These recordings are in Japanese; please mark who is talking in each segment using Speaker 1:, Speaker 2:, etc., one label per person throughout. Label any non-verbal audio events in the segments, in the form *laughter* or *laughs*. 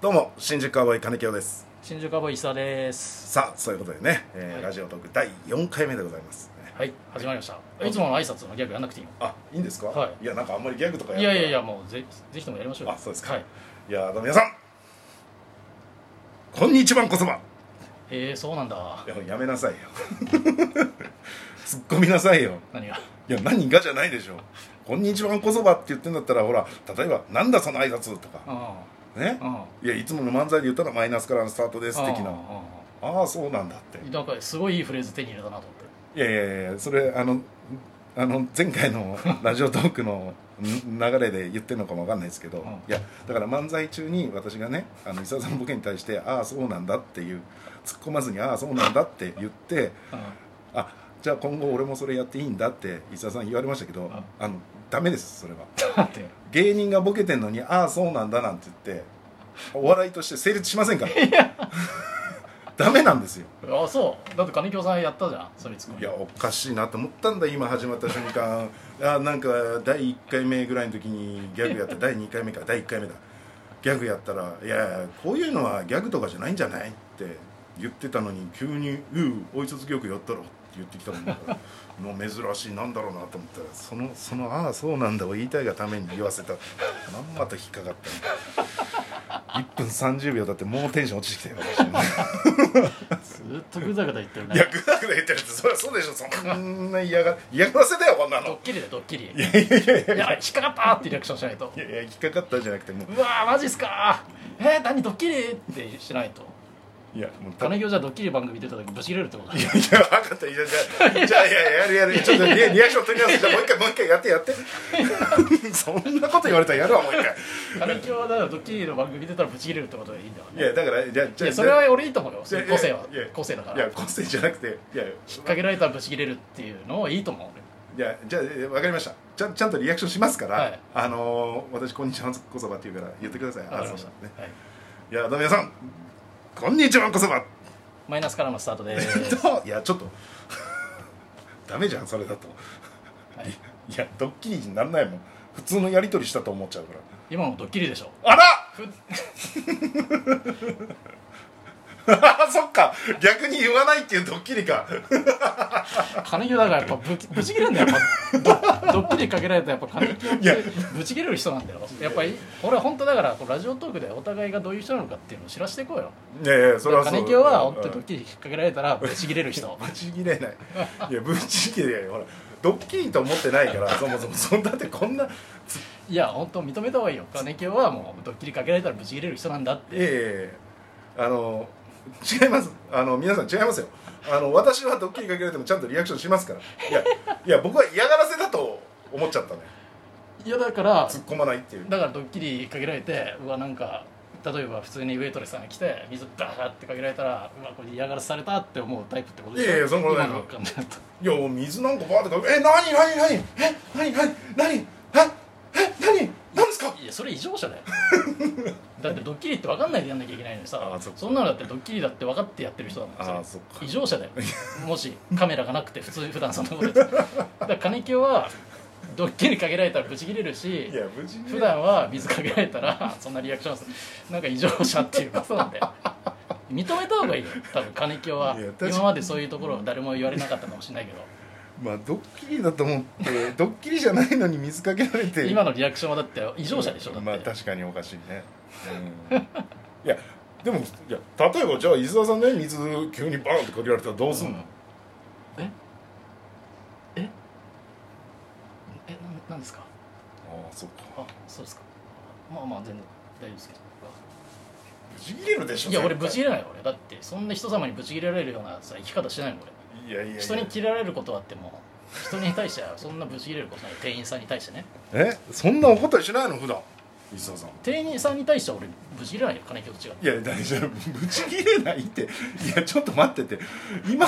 Speaker 1: どうも新宿アボーイ金城です
Speaker 2: 新宿アボイ石田です
Speaker 1: さあそういうことでね、えー
Speaker 2: はい
Speaker 1: ラジオトーク第4回目でございます、
Speaker 2: はい始まりましたいつもの挨拶のギャグやんなくていい
Speaker 1: あいいんですか、
Speaker 2: はい
Speaker 1: やなんかあんまりギャグとか
Speaker 2: のい
Speaker 1: ら
Speaker 2: やいやいやもうぜぜひともやりましょうよ
Speaker 1: あそうですか
Speaker 2: はい
Speaker 1: いやどうも皆さんこんにちはんこそば
Speaker 2: えー、そうなんだ
Speaker 1: いややめなさい *laughs* よ突っ込みなさいよ
Speaker 2: 何が
Speaker 1: いや何がじゃないでしょこんにちはんこそばって言ってんだったらほら例えばなんだその挨拶と
Speaker 2: う
Speaker 1: か
Speaker 2: ん
Speaker 1: ね
Speaker 2: うん
Speaker 1: いやいつもの漫才で言ったらマイナスからのスタートです的
Speaker 2: う
Speaker 1: なんああそうなんだって
Speaker 2: うんなんかすごいいいフレーズ手に入れたなと思っ
Speaker 1: い
Speaker 2: て
Speaker 1: やいやいやそれあのあの前回
Speaker 2: *laughs*
Speaker 1: のラジオトークのん流れで言ってるのかもわかんないですけど、
Speaker 2: ん
Speaker 1: いやだから漫才中に私がねあの伊沢さんのボケに対して「ああそうなんだ」っていう突っ込まずに「ああそうなんだ」って言って
Speaker 2: う
Speaker 1: 「あじゃあ今後俺もそれやっていいんだ」って伊沢さん言われましたけど、
Speaker 2: ん
Speaker 1: あのダメですそれは
Speaker 2: んだって
Speaker 1: 芸人がボケてんのに「ああそうなんだ」なんて言ってお笑いとして成立しませんから *laughs* ダメなんですよ
Speaker 2: あそうだって金京さんやったじゃんそれつく
Speaker 1: いやおかしいなと思ったんだ今始まった瞬間 *laughs* あなんか第1回目ぐらいの時にギャグやった第2回目か第1回目だギャグやったら「いやこういうのはギャグとかじゃないんじゃない?」って言ってたのに急に「うんおい卒業句やったろ」って言ってきたもんだから *laughs* もう珍しいなんだろうなと思ったらそのその「ああそうなんだ」を言いたいがために言わせたまんまと引っかかった1 *laughs* 分30秒だってもうテンション落ちてきて私
Speaker 2: ずっとぐだぐだ言ってる
Speaker 1: いや
Speaker 2: ね
Speaker 1: グダグダ言ってるってそりゃそうでしょそんな嫌が嫌がらせだよこんな
Speaker 2: ドッ
Speaker 1: の
Speaker 2: キリだよドッキリ
Speaker 1: い
Speaker 2: い
Speaker 1: やいやいやいや
Speaker 2: や引っかかったっていうリアクションしないと
Speaker 1: いやいや引っかかったじゃなくても
Speaker 2: うわーマジっすかーえー、何ドッキリってしないと
Speaker 1: ういやもう
Speaker 2: *laughs*
Speaker 1: たい
Speaker 2: 金京じゃドッキリ番組出た時ブチ切れるってことだよ
Speaker 1: や分かったいやじゃあじゃあいややるやるちょっとリアリアクション取り直すじゃあもう
Speaker 2: *laughs*
Speaker 1: 一回もう一回やってやって *laughs* そんなこと言われたらやるわもう一回
Speaker 2: 金京はだからドッキリの番組出たらブチ切れるってことでいいんだよ
Speaker 1: い
Speaker 2: ね
Speaker 1: やだからじゃあ
Speaker 2: い
Speaker 1: じゃあ
Speaker 2: やそれは俺いいと思うよ
Speaker 1: いやいや
Speaker 2: 個性はい
Speaker 1: や
Speaker 2: 個性だか
Speaker 1: い
Speaker 2: ら
Speaker 1: や
Speaker 2: 引っ
Speaker 1: 個性じゃなくていやい
Speaker 2: 掛けられたらブチ切れるっていうのをいいと思う
Speaker 1: やじゃあ分かりましたちゃんちゃんとリアクションしますから、
Speaker 2: はい
Speaker 1: あのー、私こんにちはこそばって言うから言ってください
Speaker 2: 俺わかり
Speaker 1: あ
Speaker 2: まし
Speaker 1: そ
Speaker 2: た
Speaker 1: うね
Speaker 2: はい
Speaker 1: いやどうも皆さんこんにちはこそば
Speaker 2: マイナスからのスタートで
Speaker 1: えっ
Speaker 2: す
Speaker 1: といやちょっと *laughs* ダメじゃんそれだと、
Speaker 2: はい
Speaker 1: い、やドッキリになんないもん普通のやり取りしたと思っちゃうから
Speaker 2: 今のドッキリでしょ
Speaker 1: あ
Speaker 2: ふ
Speaker 1: ら *laughs* そっか逆に言わないっていうドッキリか
Speaker 2: 金魚だからやっぱブチブチ切れるんだよやっぱドドッキリかけられたらやっぱ金魚っ
Speaker 1: いや
Speaker 2: てブチ切れる人なんだよやっぱり俺は本当だからこうラジオトークでお互いがどういう人なのかっていうのを知らせていこうよ
Speaker 1: いやいやそれはそう
Speaker 2: 金魚は本当にド
Speaker 1: う
Speaker 2: ッ
Speaker 1: ん
Speaker 2: キリ引っ掛けられたらブチ切れる人
Speaker 1: ブチ切れ *laughs* ないいやブチ切れないほらドッキリと思ってないからそもそも *laughs* そんだってこんない
Speaker 2: や本当認めた方がいいよ金魚はもうドッキリかけられたらブチ切れる人なんだって
Speaker 1: ええあの違いますあの皆さん違いますよあの私はドッキリかけられてもちゃんとリアクションしますからいやいや僕は嫌がらせだと思っちゃったね
Speaker 2: いやだから
Speaker 1: 突っ込まないっていう
Speaker 2: だからドッキリかけられてうわなんか例えば普通にウェイトレスさんが来て水バーってかけられたらうわこれ嫌がらせされたって思うタイプってことでしょ
Speaker 1: いやいやそんなことない
Speaker 2: 今の感じだと
Speaker 1: いやもう水なんかバーってかけえ何何何え何何何ええ何何ですか
Speaker 2: いやそれ異常
Speaker 1: *laughs*
Speaker 2: 者だよだってドッキリって分かんないでやんなきゃいけないのに
Speaker 1: あ
Speaker 2: さ
Speaker 1: ーそっか
Speaker 2: そんなのだってドッキリだって分かってやってる人だもん
Speaker 1: あー
Speaker 2: それ
Speaker 1: そっか
Speaker 2: 異常者だよもしカメラがなくて普通普段そんなことやってただから金清はドッキリかけられたらブチ切れるし
Speaker 1: いや無事に
Speaker 2: 普段は水かけられたらそんなリアクションするなんか異常者っていうことなんで認めた方がいいよ多分金清はい
Speaker 1: や確かに
Speaker 2: 今までそういうところを誰も言われなかったかもしれないけど
Speaker 1: まあドッキリだと思ってドッキリじゃないのに水かけられて
Speaker 2: 今のリアクションはだって異常者でしょだって、
Speaker 1: まあ確かにおかしいね、うん、いやでもいや例えばじゃあ伊沢さんね水急にバーンってかけられたらどうすんの、
Speaker 2: うんえええなんなんですか
Speaker 1: ああそっか
Speaker 2: あそうですかまあまあ全然大丈夫ですけど
Speaker 1: ブチ切れるでしょ
Speaker 2: いや俺
Speaker 1: 絶対
Speaker 2: ブチ切れないよ俺だってそんな人様にブチ切れられるようなさ生き方してないもん俺
Speaker 1: いやいやいや
Speaker 2: 人に切られることはあっても人に対してはそんなぶち切れることない店員さんに対してね
Speaker 1: えそんな怒ったりしないの普段伊沢さん
Speaker 2: 店員さんに対しては俺ぶち切れないよ金木と違う
Speaker 1: いや大丈夫ブチ切れないっていやちょっと待ってて今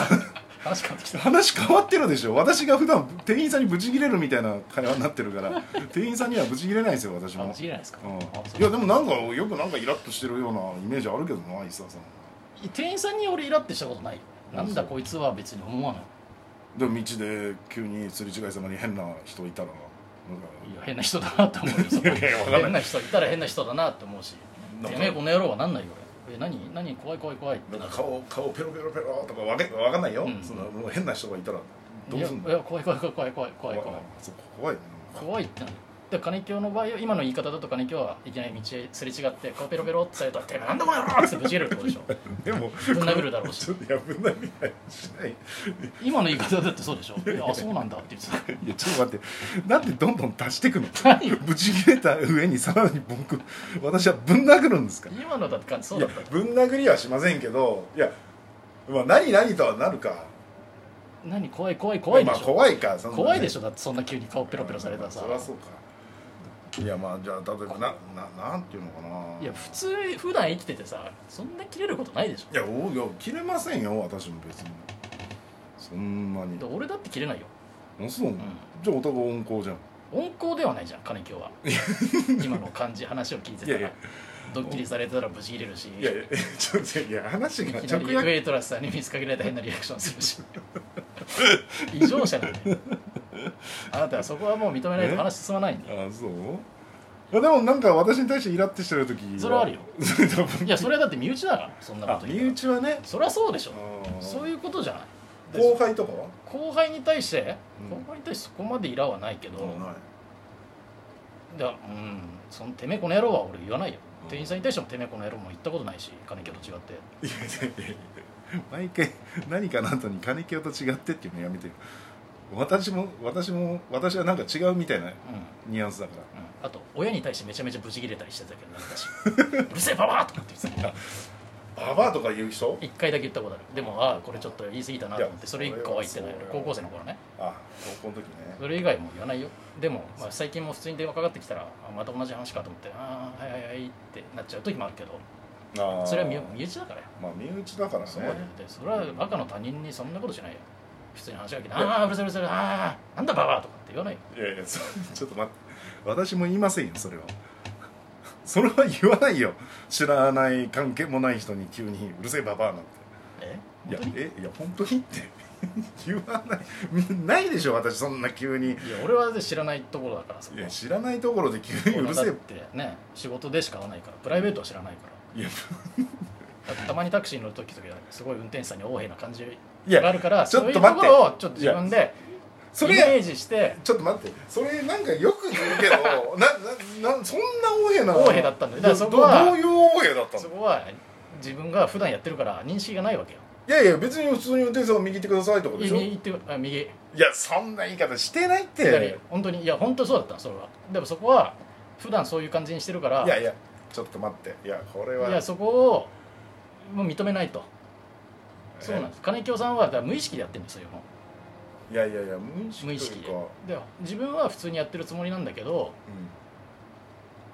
Speaker 2: 話変わってきた
Speaker 1: 話変わってるでしょ私が普段店員さんにブチ切れるみたいな会話になってるから店員さんにはブチ切れないですよ私
Speaker 2: あ
Speaker 1: も
Speaker 2: ぶち切れないですか、
Speaker 1: うん
Speaker 2: あそう
Speaker 1: いやでもなんかよくなんかイラッとしてるようなイメージあるけどな伊沢さん
Speaker 2: 店員さんに俺イラってしたことないよ
Speaker 1: あ
Speaker 2: なん
Speaker 1: そ
Speaker 2: だ
Speaker 1: う
Speaker 2: こいつは別に思わない
Speaker 1: でも道で急にすれ違いざまに変な人いたらなんか
Speaker 2: いや変な人だなって思うよそこ
Speaker 1: *laughs* いやいやわかんない
Speaker 2: 変な人いたら変な人だなって思うし
Speaker 1: なん
Speaker 2: て
Speaker 1: か
Speaker 2: めえこの野郎はなんないよ俺え何何怖い怖い怖いって
Speaker 1: なん
Speaker 2: な
Speaker 1: か
Speaker 2: る
Speaker 1: 顔顔ペロペロペロとかわけわかんないよ、
Speaker 2: うん
Speaker 1: そのもう変な人がいたらど
Speaker 2: いうや
Speaker 1: すん
Speaker 2: い
Speaker 1: の
Speaker 2: や怖い怖い怖い怖い怖い怖い怖い
Speaker 1: *laughs* そう怖いね
Speaker 2: 怖いってなるで金京の場合は今の言い方だと金京はいきなり道へすれ違って顔ペロペロってされたら「てめえなんだこの野郎!」ってぶち切れるってことでしょ
Speaker 1: でも
Speaker 2: ぶん殴るだろう
Speaker 1: *laughs*
Speaker 2: し
Speaker 1: ちょっといやぶん殴りはし
Speaker 2: *laughs*
Speaker 1: ない
Speaker 2: 今の言い方だってそうでしょいやあそうなんだって言ってた
Speaker 1: いやちょっと待ってなんでどんどん足していくの
Speaker 2: 何
Speaker 1: *laughs* ぶち切れた上にさらに僕私はぶん殴るんですか
Speaker 2: 今のだって感じそう
Speaker 1: い
Speaker 2: だ
Speaker 1: や
Speaker 2: った
Speaker 1: ぶん殴りはしませんけどいやまあ何何とはなるか
Speaker 2: 何怖い怖い怖いで
Speaker 1: まあ
Speaker 2: しょ
Speaker 1: 怖いかそんなね
Speaker 2: 怖いでしょだってそんな急に顔ペロペロされたらさ
Speaker 1: そりゃそうかいやまあじゃあ例えばなななんていうのかない
Speaker 2: いや普通普段生きててさそんな切れることないでしょ
Speaker 1: やおいや切れませんよ私も別にそんなに
Speaker 2: で俺だって切れないよ
Speaker 1: あそう、
Speaker 2: ん
Speaker 1: じゃあお互い温厚じゃん
Speaker 2: 温厚ではないじゃん金京は今の感じ話を聞いて
Speaker 1: いや
Speaker 2: た
Speaker 1: いや
Speaker 2: らドッキリされてたらブチ切れるし
Speaker 1: いやいやちょっといや話
Speaker 2: い
Speaker 1: が
Speaker 2: きなり
Speaker 1: 直
Speaker 2: ウ
Speaker 1: 訳
Speaker 2: ェイトラスさんに見つかけられた変なリアクションす
Speaker 1: *laughs*
Speaker 2: るし異常者なんであなたはそこはもう認めないと話進まないんで
Speaker 1: あそういやでもなんか私に対してイラってしてる時
Speaker 2: それはあ
Speaker 1: *laughs*
Speaker 2: るよ
Speaker 1: 多分
Speaker 2: いやそれはだって身内だからそんなこ
Speaker 1: あ
Speaker 2: と言
Speaker 1: 身
Speaker 2: ったら
Speaker 1: 内はね
Speaker 2: そりゃそうでしょ
Speaker 1: そ
Speaker 2: そうう
Speaker 1: いう
Speaker 2: いうことじゃない
Speaker 1: 後輩とかは
Speaker 2: 後輩に対して
Speaker 1: う
Speaker 2: 後
Speaker 1: ん
Speaker 2: 輩に対してそこまでイラはないけど、
Speaker 1: ない
Speaker 2: いやうんそのてめえこの野郎は俺言わないよ、
Speaker 1: うん
Speaker 2: 店員さんに対してもてめえこの野郎も言ったことないし金木と違って
Speaker 1: いやいやいやいや毎回 *laughs* 何かの後に金清と違ってっていうのやめてよ私も私も私はなんか違うみたいな
Speaker 2: うん、うん、
Speaker 1: ニュアンスだから
Speaker 2: あと親に対してめちゃめちゃブチ切れたりしてたけど昔うるせえババアとかって言ってた
Speaker 1: ババアとか言う人
Speaker 2: 一回だけ言ったことあるでもああこれちょっと言い過ぎたなと思ってそれ以降は言ってない
Speaker 1: いや
Speaker 2: 高校生の頃ね
Speaker 1: あ高校の時ね
Speaker 2: それ以外も言わないよでも、まあ、最近も普通に電話かかってきたらあまた同じ話かと思ってああはいはいはいってなっちゃう時もあるけど
Speaker 1: あー
Speaker 2: それは身身内だからよ
Speaker 1: まあ身内だからね
Speaker 2: そうだよでそれはバカの他人にそんなことしないよ普通に話しかけて「ああうるせえうるせえああなんだババア」とかって言わないよ
Speaker 1: いやいやそ *laughs* ちょっと待って私も言いませんよそれは *laughs* それは言わないよ知らない関係もない人に急に「うるせえババア」なんて
Speaker 2: え
Speaker 1: いや
Speaker 2: 本当に
Speaker 1: えいや本当にって *laughs* 言わないないでしょ私そんな急に
Speaker 2: いや俺は知らないところだからそこ
Speaker 1: いや知らないところで急にうる
Speaker 2: だ
Speaker 1: せ
Speaker 2: っ
Speaker 1: え
Speaker 2: てね仕事でしか会わないからプライベートは知らないから
Speaker 1: いや
Speaker 2: だってたまにタクシーに乗る時とかすごい運転手さんに横柄な感じ
Speaker 1: い
Speaker 2: があ
Speaker 1: や
Speaker 2: るから
Speaker 1: ちょっ
Speaker 2: そうい
Speaker 1: と
Speaker 2: うと
Speaker 1: 待って
Speaker 2: ころをちょっと自分でイ
Speaker 1: そ
Speaker 2: メ
Speaker 1: れ
Speaker 2: ージして
Speaker 1: ちょっと待ってそれなんかよく言うけど
Speaker 2: *laughs*
Speaker 1: なななそんな大変な
Speaker 2: 横柄だったんだよだからそこは
Speaker 1: どどういう大変だった
Speaker 2: そ
Speaker 1: の
Speaker 2: こは自分が普段やってるから認識がないわけよ
Speaker 1: いやいや別に普通に運転手さんを右行ってくださいとかでしょ
Speaker 2: 右
Speaker 1: い
Speaker 2: 行ってあ右
Speaker 1: やそんな言い方してないって
Speaker 2: 左本当にいや本当そうだったのそれはでもそこは普段そういう感じにしてるから
Speaker 1: いやいやちょっと待っていやこれはい
Speaker 2: やそこをもう認めないと
Speaker 1: えー
Speaker 2: そうなんです金京さんはだから無意識でやってるんですよも
Speaker 1: いやいやいや無意識と
Speaker 2: う無
Speaker 1: い
Speaker 2: 意
Speaker 1: う
Speaker 2: 識で
Speaker 1: か
Speaker 2: で自分は普通にやってるつもりなんだけど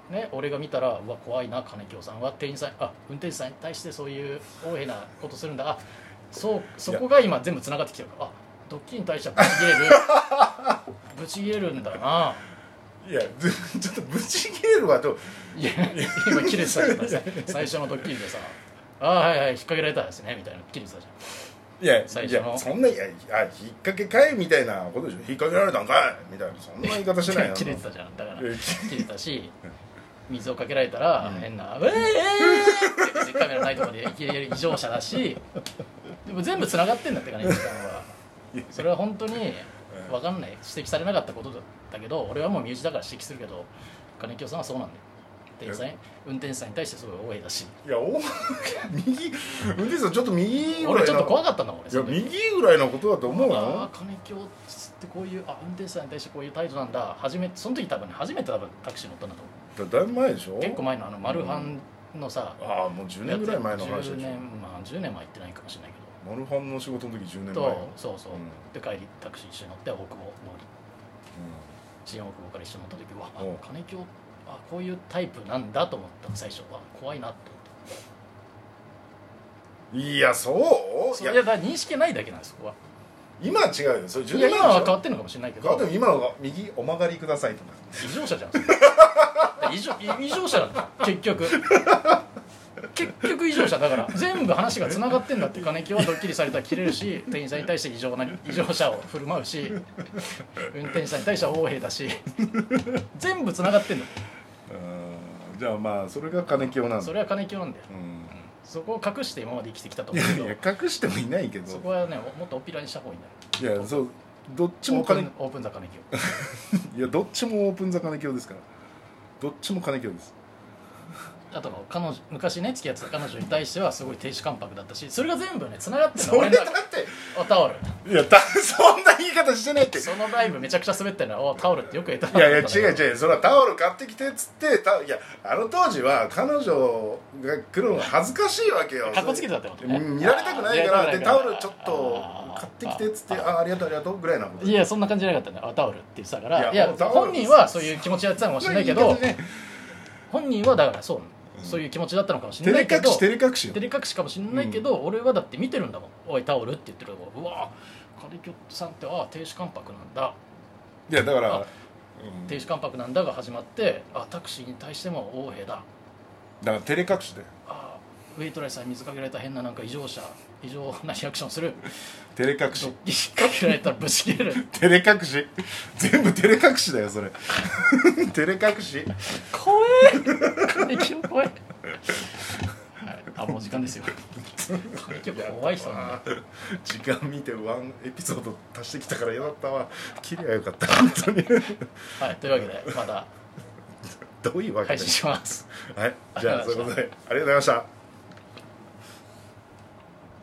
Speaker 2: ね、俺が見たらうわ怖いな金京さんは店員さんあ運転手さんに対してそういう大変なことするんだあそうそこが今全部つながってきてるからあドッキリに対してはブチ切れる
Speaker 1: *laughs*
Speaker 2: ブチ切れるんだな
Speaker 1: うん、いやずちょっとブチ切れるわと
Speaker 2: いや今切れてたじゃん最初のドッキリでさ「ああはいはい引っ掛けられたんですね」みたいな切れてたじゃ
Speaker 1: いや
Speaker 2: 最初の
Speaker 1: いやそんないやあ引っ掛けかいみたいなことでしょ引っ掛けられたんかいみたいなそんな言い方してない
Speaker 2: ん
Speaker 1: よ
Speaker 2: *laughs* 切れてたじゃんだから
Speaker 1: いやき
Speaker 2: 切れたし水をかけられたら
Speaker 1: うん
Speaker 2: 変な「うえーえー!」って別にカメラないとこでいきなり異常者だしでも全部つながってんだって金井さんはい
Speaker 1: や
Speaker 2: それは本当に分かんない指摘されなかったことだったけど俺はもう身内だから指摘するけど金清さんはそうなんだよ店員さんに運転手さんに対してすごい大変だし
Speaker 1: いやお右運転手さんちょっと右ぐら
Speaker 2: 俺
Speaker 1: い
Speaker 2: ちょっ
Speaker 1: な
Speaker 2: と怖かったんだもん俺
Speaker 1: い
Speaker 2: そ
Speaker 1: や
Speaker 2: の時
Speaker 1: 右ぐらいのことだと思う
Speaker 2: あ
Speaker 1: よ
Speaker 2: あ金京ってこういうあ運転手さんに対してこういう態度なんだ初めその時多分ね初めて多分タクシー乗ったんだと思う
Speaker 1: だだいぶ前でしょ
Speaker 2: 結構前のあのマルハンのさ、
Speaker 1: ああもう10年ぐらい前の話
Speaker 2: 10
Speaker 1: でしょ
Speaker 2: 年まあ10年前行ってないかもしれないけど
Speaker 1: マルハンの仕事の時10年前
Speaker 2: とそうそう、
Speaker 1: うん
Speaker 2: で帰りタクシー一緒に乗って大久保乗り新大久保から一緒に乗った時うわあ
Speaker 1: おう
Speaker 2: 金京あこういうタイプなんだと思った最初は怖いなと思っ
Speaker 1: うんいやそう
Speaker 2: て
Speaker 1: い
Speaker 2: いや
Speaker 1: や
Speaker 2: だから認識ないだけなんですそこは
Speaker 1: 今は違うよそれ10年前で
Speaker 2: 今
Speaker 1: しょ
Speaker 2: は変わってるのかもしれないけ
Speaker 1: 変わっ
Speaker 2: ど
Speaker 1: ても今のが右お曲がりくださいとか
Speaker 2: 異常者じゃんそれ異常異常者なんだよ結局結局異常者だから全部話がつながってんだって金木はドッキリされたら切れるし店員さんに対して異常な異常者を振る舞うし運転手さんに対しては横柄だし全部つながってんだ
Speaker 1: うーんじゃあまあそれが金清なんだ
Speaker 2: それは金清なんだよ、うん
Speaker 1: う
Speaker 2: そこを隠して今まで生きてきたと
Speaker 1: ん、い
Speaker 2: 思う
Speaker 1: や
Speaker 2: け
Speaker 1: い
Speaker 2: ど
Speaker 1: や隠してもいないけど
Speaker 2: そこはねもっとおっぴらにした方がいいんだよ
Speaker 1: いやそうどっち
Speaker 2: オ
Speaker 1: も
Speaker 2: ープ
Speaker 1: 金
Speaker 2: ンオープンザ金清
Speaker 1: いやどっちもオープンザ金清ですからどっちも金清です
Speaker 2: あと彼女昔ね付き合ってた彼女に対してはすごい亭主関白だったしそれが全部ね繋がってん
Speaker 1: そ
Speaker 2: の俺
Speaker 1: れ
Speaker 2: の
Speaker 1: だっ
Speaker 2: 中
Speaker 1: て
Speaker 2: おタオル
Speaker 1: いやだ *laughs* そんな言い方してないって
Speaker 2: そのライブめちゃくちゃ滑ってるのはおタオルってよく言った
Speaker 1: いやいや違う
Speaker 2: う
Speaker 1: 違うそれはタオル買ってきてっつってたいやあの当時は彼女が来るのが恥ずかしいわけよ
Speaker 2: かっこつけてたってことね
Speaker 1: うん見られたくないからでタオルちょっと
Speaker 2: あー
Speaker 1: 買ってきてっつってあありがとうありがとうぐらいなこと
Speaker 2: いやそんな感じじゃなかったねあタオルって言ってたからいや
Speaker 1: いやもうタオル
Speaker 2: 本人はそういう気持ちやってたのかもしれないけど
Speaker 1: それいい感
Speaker 2: 本人はだからそう、そういう気持ちだったのかもし
Speaker 1: じね
Speaker 2: れない
Speaker 1: 照
Speaker 2: け
Speaker 1: れ隠し照
Speaker 2: ど
Speaker 1: れ隠しよ
Speaker 2: 照れ隠しかもしれないけど、俺はだって見てるんだもん「おいタオル」って言ってるからうわカリキョットさんってああ亭主関白なんだ
Speaker 1: いやだか
Speaker 2: あ
Speaker 1: らうん
Speaker 2: 亭主関白なんだが始まってあタクシーに対しても王兵だ
Speaker 1: だから照れ隠しで
Speaker 2: あウェイトレスさんに水かけられた変ななんか異常者異常なリアクションする
Speaker 1: 照れ隠
Speaker 2: ド
Speaker 1: し
Speaker 2: ッキリかけられたらぶち切れる
Speaker 1: 照れ隠し全部照れ隠しだよそれ *laughs* 照れ隠し
Speaker 2: 怖えカリキョ怖え、はい、あもう時間 *laughs* ですよカリキョ怖い人なんだよ
Speaker 1: あー *laughs* 時間見てワンエピソード足してきたから嫌だったわ切りゃよかった本当に *laughs*
Speaker 2: はいというわけでまた
Speaker 1: どういうわけ
Speaker 2: 配
Speaker 1: だよ
Speaker 2: 信します
Speaker 1: はいじゃあそういうことでありがとうございました